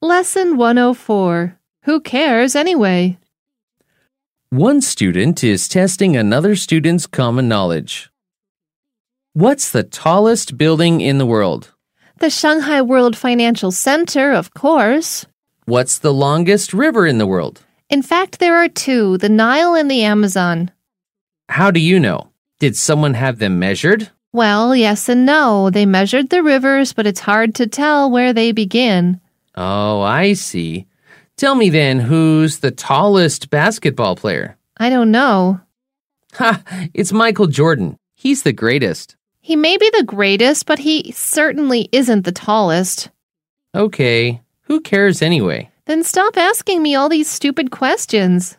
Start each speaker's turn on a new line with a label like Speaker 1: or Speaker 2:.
Speaker 1: Lesson 104 Who cares anyway?
Speaker 2: One student is testing another student's common knowledge. What's the tallest building in the world?
Speaker 1: The Shanghai World Financial Center, of course.
Speaker 2: What's the longest river in the world?
Speaker 1: In fact, there are two the Nile and the Amazon.
Speaker 2: How do you know? Did someone have them measured?
Speaker 1: Well, yes and no. They measured the rivers, but it's hard to tell where they begin.
Speaker 2: Oh, I see. Tell me then, who's the tallest basketball player?
Speaker 1: I don't know.
Speaker 2: Ha! It's Michael Jordan. He's the greatest.
Speaker 1: He may be the greatest, but he certainly isn't the tallest.
Speaker 2: Okay, who cares anyway?
Speaker 1: Then stop asking me all these stupid questions.